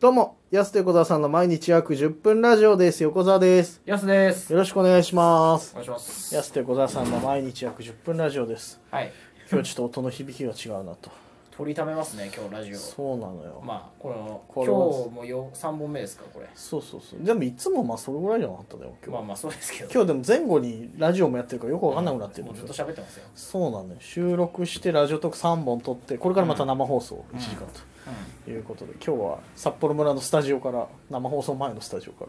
どうも、やすと横澤さんの毎日約10分ラジオです。横澤です。やすです。よろしくお願いしますお。願いします。やすと横澤さんの毎日約10分ラジオです。はい。今日ちょっと音の響きが違うなと。取りためますね、今日ラジオ。そうなのよ。まあ、この、これは今日もよ3本目ですか、これ。そうそうそう。でもいつもまあそれぐらいじゃなかったんだよ、今まあ日。まあ、そうですけど。今日でも前後にラジオもやってるからよくわかんなくなってるもんうでずすっよと。喋ってますよ。そうなのよ。収録してラジオトーク3本撮って、これからまた生放送1時間うん。ということで、今日は札幌村のスタジオから、生放送前のスタジオか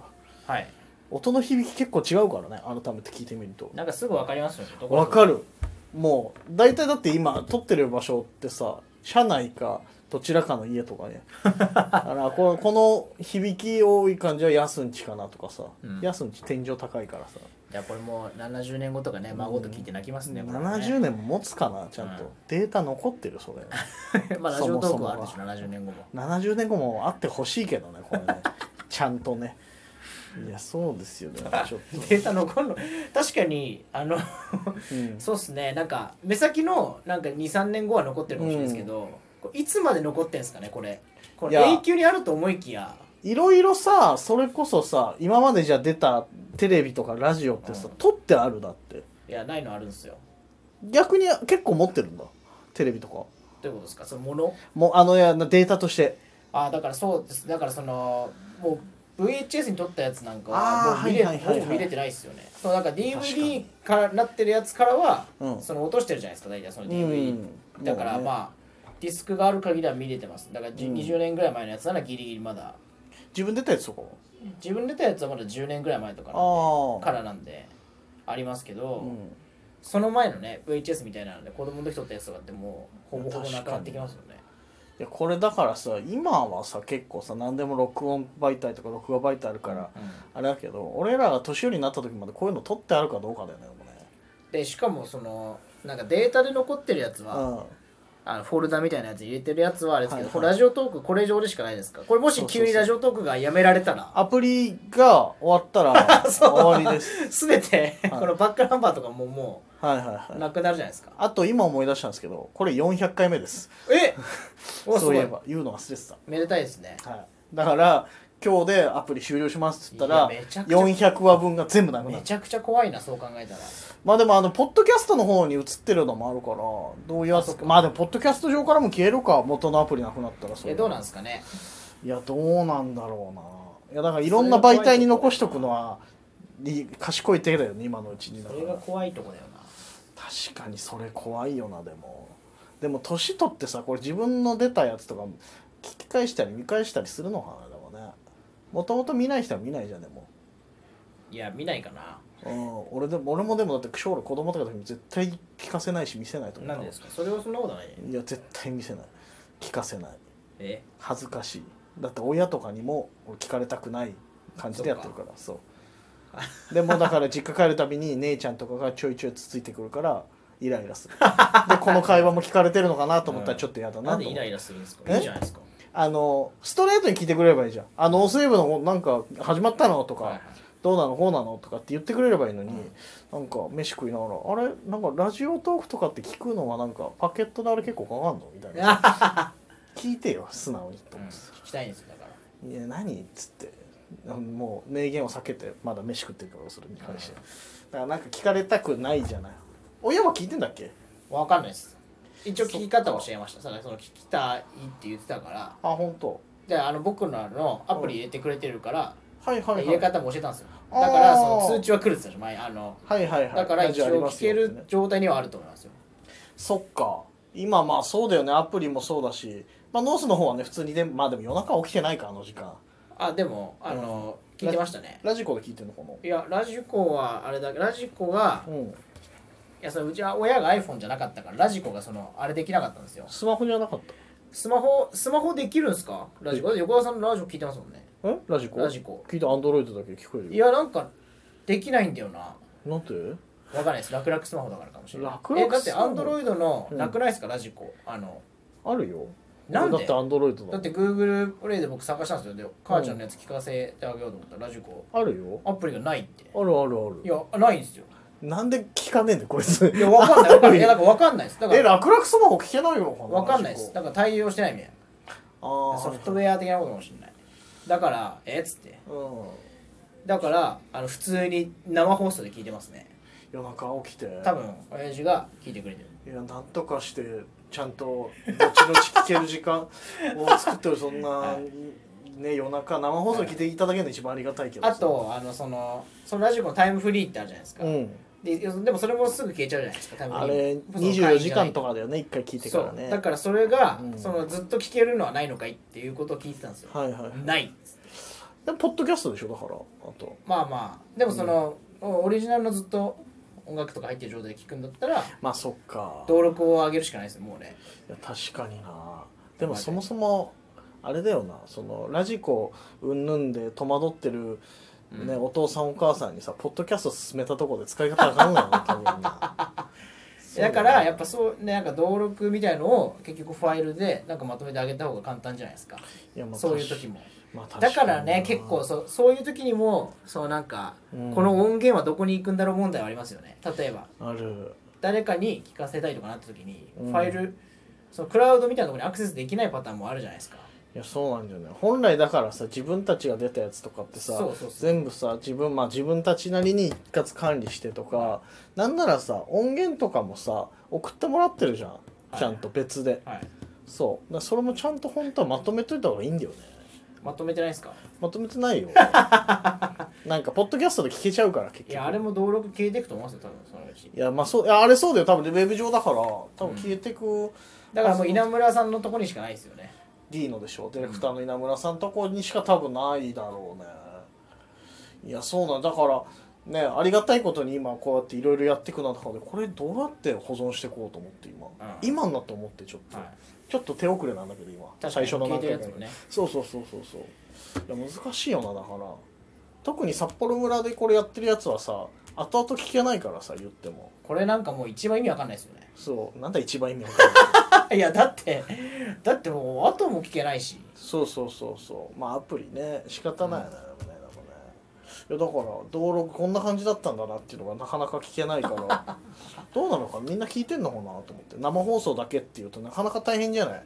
ら。はい。音の響き結構違うからね、改めて聞いてみると。なんかすぐわかりますよね。どこわか。るもう大体だって今撮ってる場所ってさ車内かどちらかの家とか ねだからこのこの響き多い感じはヤスンチかなとかさ、うんヤスンチ天井高いからさ、いや、これもう70年後とかね、孫と聞いて泣きますね。これね70。年も持つかなちゃんと、うんデータ残ってるそれ まあ、ラジオトークはあそるもでしそもょ、70年後も。 70年後もあってほしいけどねこれ ねちゃんとねいやそうですよねちょっと、データ残るの確かにあのうん、そうっすねなんか目先のなんか23年後は残ってるかもしれないですけど、これいつまで残ってんすかねこれこれいや永久にあると思いきやいろいろさそれこそさ今までじゃ出たテレビとかラジオってさ、うん撮ってあるだっていやないのあるんですよ逆に結構持ってるんだテレビとかどういうことですかそのものもうあのいやデータとしてあだからそうですだからそのもう VHS に撮ったやつなんかあーはもう見れ,、はいはいはいはいほぼ見れてないですよねそうなんか確かに DVD からなってるやつからは、うんその落としてるじゃないですか大体その DVD、うんだからもうねまあディスクがある限りは見れてますだからじ、うん20年ぐらい前のやつならギリギリまだ自分出たやつとかも自分出たやつはまだ10年ぐらい前とかなんであからなんでありますけど、あ、うん、その前のね VHS みたいなので子供の時撮ったやつとかってもうほぼほぼなくなってきますよねいやこれだからさ今はさ結構さ何でも録音媒体とか録画媒体あるから、うんあれだけど俺らが年寄りになった時までこういうの撮ってあるかどうかだよねでしかもそのなんかデータで残ってるやつでは、もねあのフォルダみたいなやつに入れてるやつはあれですけど、はいはいこれラジオトークこれ以上でしかないですかこれもし急にラジオトークがやめられたらアプリが終わったら 終わりです全て、はいこのバックナンバーとかももはいはいはいうなくなるじゃないですか、あと今思い出したんですけどこれ400回目ですえ おすそごういいえば言うの忘れてめでたいですねた、はい、だから今日でアプリ終了しますって言ったらいやめちゃくちゃ400話分が全部なくなめるちゃくちゃ怖いなそう考えたらまあでもあのポッドキャストの方に移ってるのもあるからどういうやつかまあでもポッドキャスト上からも消えるか元のアプリなくなったらそえれどうなんですかねいやどうなんだろうないやだからいろんな媒体に残しとくのはいい賢い手だよね今のうちにだそかれがら怖いとこだよな確かにそれ怖いよなでもでも年取ってさこれ自分の出たやつとか聞き返したり見返したりするのかなでもねもともと見ない人は見ないじゃんでも、いや見ないかなうん、俺でも俺もでもだって将来子供とかの時に絶対聞かせないし見せないと思うなんでですかそれはそんなことないいや絶対見せない聞かせないえ恥ずかしいだって親とかにも俺聞かれたくない感じでやってるからそうでもだから実家帰るたびに姉ちゃんとかがちょいちょいつついてくるからイライラ するでこの会話も聞かれてるのかなと思ったらちょっと嫌だなとなん思でうイライラするんですかえいいじゃないですかあのストレートに聞いてくれればいいじゃん「あのおセーブのなんか始まったの?」とか、はいはいどうなのこうなのとかって言ってくれればいいのに、うんなんか飯食いながら「あれなんかラジオトークとかって聞くのはなんかパケットであれ結構かかんの?」みたいな聞いてよ素直にとうん思って聞きたいんですよだからいや何?」っつってもう名言を避けてまだ飯食ってるからそれに関して、うんだからなんか聞かれたくないじゃない親は聞いてんだっけわかんないです一応聞き方を教えましたただその聞きたいって言ってたからあ本当であの僕のあのアプリ入れてくれてるから、はいはいはい入れ方も教えたんですよあーだからその通知は来るって言ってたでしょ前あのはいはいはいだからラ一ジオあり応ま聞すよけってねる状態にはあると思いますよそっか今まあそうだよねアプリもそうだし、まあ、ノースの方はね普通にでまあでも夜中起きてないかあの時間あでもあの、聞いてましたねラジコで聞いてんのかないやラジコはあれだけラジコがうんいやそのうちは親が iPhone じゃなかったからラジコがそのあれできなかったんですよスマホじゃなかったスマホスマホできるんすかラジコ横田さんのラジオ聞いてますもんねえラジコラジコ聞いたアンドロイドだけ聞こえるいよやなんかできないんだよななんてわかんないです。楽々スマホだからかもしれない。楽々えだってスマホアンドロイドのうん楽ないですか、ラジコ。あの、あるよなんで俺だってアンドロイドだもんだって Google プレイで僕探したんですよ。で、母ちゃんのやつ聞かせてあげようと思ったら、ラジコ、あるよアプリがないって。あるあるあいるや、ないんですよ。なんで聞かねえんだよこいついや、わかんない。わ かんない。いや、なんかわかんないです。だかえら、楽々スマホ聞けないのかなわかんないラです。ジコだから対応してないみたいあな。あソフトウェア的なことかもしれない。だからえっつってうんだからあの普通に生放送で聞いてますね夜中起きて多分親父が聞いてくれてるいやなんとかしてちゃんと後々聞ける時間を作ってるそんな、 ね夜中生放送聞いていただけるの一番ありがたいけどあとあのそのそのラジコンのタイムフリーってあるじゃないですか、うんででもそれもすぐ消えちゃうじゃないですかタイムフあリーれ24時間とかだよね一回聞いてからそねうだからそれが、うんそのずっと聞けるのはないのかいっていうことを聞いてたんですよ、はいはいないっつってでポッドキャストでしょだからあとまあまあでもその、オリジナルのずっと音楽とか入ってる状態で聞くんだったらまあそっか登録を上げるしかないですよもうねいや確かになでもそもそもあれだよなそのラジコうんぬんで戸惑ってる、ねお父さんお母さんにさポッドキャスト進めたところで使い方わかん ないよな多分なそうだよからやっぱそうねなんか登録みたいのを結局ファイルでなんかまとめてあげた方が簡単じゃないですかいやまあそういう時もまあ確だにからね結構そうそういう時にもそうなんか、うんこの音源はどこに行くんだろう問題はありますよね例えばある誰かに聞かせたいとかなった時に、うんファイルそのクラウドみたいなところにアクセスできないパターンもあるじゃないですかいやそうなんじゃない本来だからさ自分たちが出たやつとかってさそうそうそう全部さ自分まあ自分たちなりに一括管理してとかなんならさ音源とかもさ送ってもらってるじゃん、いちゃんと別ではいそうだからそれもちゃんと本当はまとめといた方がいいんだよねまとめてないですかまとめてない よなんかポッドキャストで聞けちゃうから結局いやあれも登録消えていくと思いますよ多分そのうちいやまあそういやあれそうだよ多分ウェブ上だから多分消えてく、だからもう稲村さんのところにしかないですよね D のでしょディレクターの稲村さんとこにしか多分ないだろうねいやそうなんだからねありがたいことに今こうやっていろいろやっていく中でこれどうやって保存していこうと思って今、ん今になって思ってちょっと、はいちょっと手遅れなんだけど今確か最に初の聞い何てる回やかつもねそうそうそうそうそういや難しいよなだから特に札幌村でこれやってるやつはさ後々聞けないからさ言ってもこれなんかもう一番意味わかんないですよね そうなんだ一番意味わかんないいやだってだってもう後も聞けないしそうそうそうそうまあアプリね仕方ないよね、でもねでもねいやだから道路こんな感じだったんだなっていうのがなかなか聞けないから どうなのかみんな聞いてんのかなと思って生放送だけっていうとなかなか大変じゃない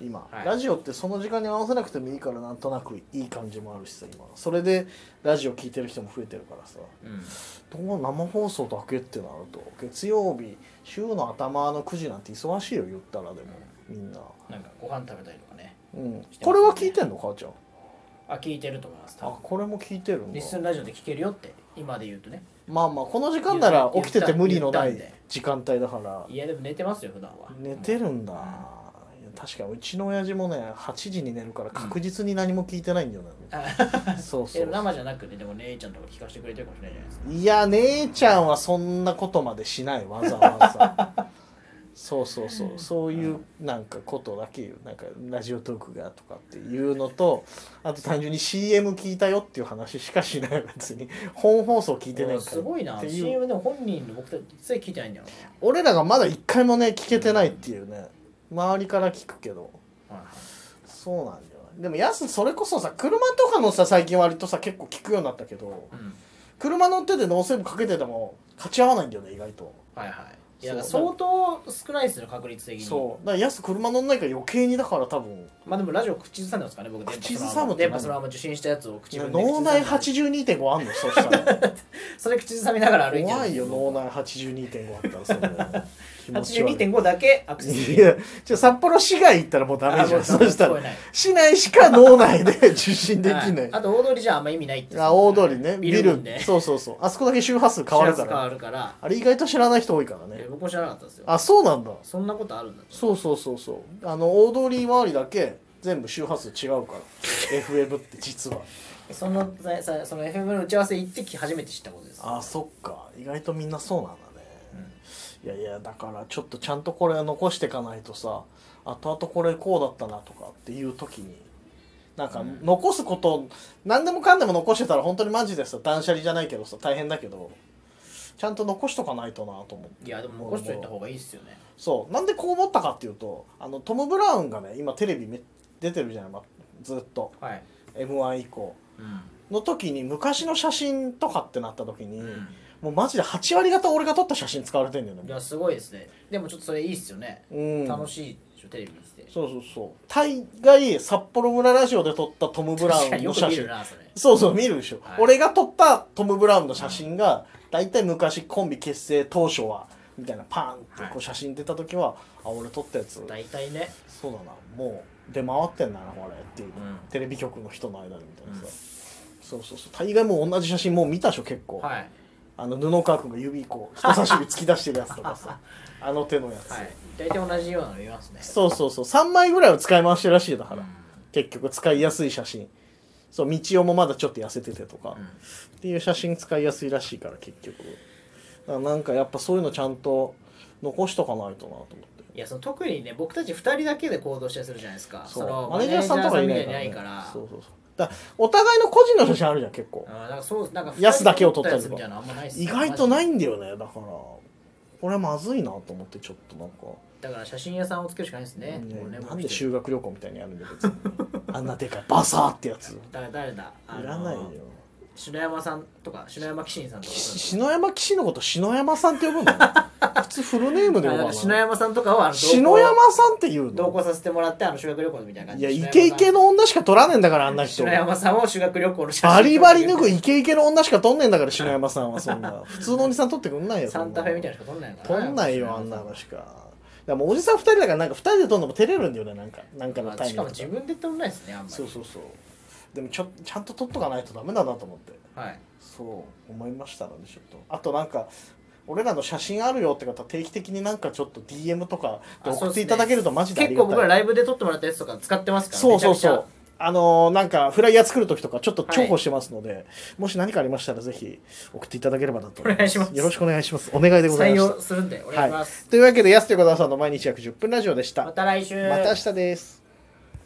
今、はいラジオってその時間に合わせなくてもいいからなんとなくいい感じもあるしさ今それでラジオ聞いてる人も増えてるからさうんどう生放送だけってなると月曜日週の頭の9時なんて忙しいよ言ったらでもみんな、なんかご飯食べたりとかねうん、これは聞いてんの母ちゃんあ聞いてると思います多あ分これも聞いてるんだリスンラジオで聞けるよって今で言うとねまあまあこの時間なら言起ったきてて無理のな言いったんで時間帯だからいやでも寝てますよ普段は寝てるんだ、いや確かにうちの親父もね8時に寝るから確実に何も聞いてないんだよね、 そうえそでもう生じゃなくてでも姉ちゃんとか聞かせてくれてるかもしれないじゃないですかいや姉ちゃんはそんなことまでしないわざわ ざそうそうそうそういうなんかことだけ言うなんかラジオトークがとかっていうのとあと単純に CM 聞いたよっていう話しかしない別に本放送聞いてないおからすごいなっていう CM でも本人の僕たち一切聞いてないんだよ俺らがまだ一回もね聞けてないっていうね周りから聞くけどな、はいそうなんだよねでもやすそれこそさ車とかのさ最近割とさ結構聞くようになったけどうん車乗っててノーセーブかけてても勝ち合わないんだよね意外とはいはいいやそう相当少ないですよ確率的にそうだからやす車乗んないから余計にだから多分まあでもラジオ口ずさんでますからね僕口ずさむって電波何そのまま受信したやつを口分で口ずさ脳んで内82.5あんのそした らそれ口ずさみながら歩いてるん怖でいすよ脳内82.5あったらそれ気 持ち悪い82.5だけアクセスいやじゃあ札幌市外行ったらもうダメじゃんそしたらら市内しか脳内で受信できない、あと大通りじゃあんま意味ないってあ大通りねビビルル群でそうそうそうあそこだけ周波数変わるか周波数変わらるからあれ意外と知らない人多いからえね僕も知らなかったですよあそうなんだそんなことあるんだそうそうそうそうあの大通り周りだけ全部周波数違うから FM って実はそのささその FM の打ち合わせ行ってき初めて知ったことですあそっか意外とみんなそうなんだね、いやいやだからちょっとちゃんとこれ残していかないとさ後々これこうだったなとかっていう時になんか残すこと、何でもかんでも残してたら本当にマジでさ断捨離じゃないけどさ大変だけどちゃんと残しとかないとなと思っていやでも残しといた方がいいっすよねそうなんでこう思ったかっていうとあのトム・ブラウンがね今テレビめ出てるじゃない、ま、ずっとはい m 1以降うんの時に昔の写真とかってなった時に、うんもうマジで8割方俺が撮った写真使われてんだよいねやすごいですねでもちょっとそれいいっすよねうん楽しいでししょテレビ見ててそうそうそう大概札幌村ラジオで撮ったトム・ブ ラウ確かンにのよく写見真るなそれそうそう見るでしょ、はい俺が撮ったトム・ブラウンの写真が大体昔コンビ結成当初はみたいなパーンってこはう写真出た時は、あ俺撮ったやつ大体ねそうだなもう出回ってんだなこれっていう、んテレビ局の人の間でみたいなさ、うんそうそうそう大概もう同じ写真もう見たでしょ結構、はいあの布川君が指こう人差し指突き出してるやつとかさあの手のやつ、はい大体同じようなの見ますねそうそうそう3枚ぐらいは使い回してるらしいだから、う結局使いやすい写真そう道ちもまだちょっと痩せててとか、んっていう写真使いやすいらしいから結局だからなんかやっぱそういうのちゃんと残しとかないとなと思っていやその特にね僕たち二人だけで行動したりするじゃないですかそうのマネージャーさんとかいないから,、マネーね、ジャーさんみたいにないからそうそうそうだからお互いの個人の写真あるじゃん結構あーなんかそうなんかヤスだけを撮ったりやとつかみたいなのあんまないっすね意外とないマジんだよねだからこれまずいなと思ってちょっとなんか、でだから写真屋さんをつけるしかないですねねもうねなんもうで一人修学旅行みたいにやるんだ 別にあんなでかいバサーってやついだから誰だあのらないよ篠山さんとか篠山紀信さんとかき篠山騎士のこと篠山さんって呼ぶ の普通フルネームで呼あばななんかい篠山さんとかはあの同行篠山さんって言う同の行させてもらってあの修学旅行みたいな感いじやでイケイケの女しか撮らねえんだからあんな人篠山さんを修学旅行の写真バリバリ脱ぐイケイケの女しか撮んねえんだから篠山さんはそんな 普通のおじさん撮ってくんないよそんサなンタフェみたいなのしか撮んないのか撮んないよあんなのしかだからもうおじさん2人だからなんか2人で撮んのも照れるんだよねなんかなんかのまあタイしミかンもグと自か分で撮んないですねあんまりそうそうそうでもちょちゃんと撮っとかないとダメだなと思ってはいそう思いましたのでちょっとあとなんか俺らの写真あるよって方定期的になんかちょっと DM とかで送っていただけるとマジであり結が構たい僕らライブで撮ってもらったやつとか使ってますからそうそうそめちゃうくちあのーなんかフライヤー作る時とかちょっと重宝してますので、もし何かありましたらぜひ送っていただければなとお願いしますよろしくお願いしますお願いでゃござい採ます用するんでお願いしますというわけでやすと横澤さんの毎日約10分ラジオでしたまた来週また明日です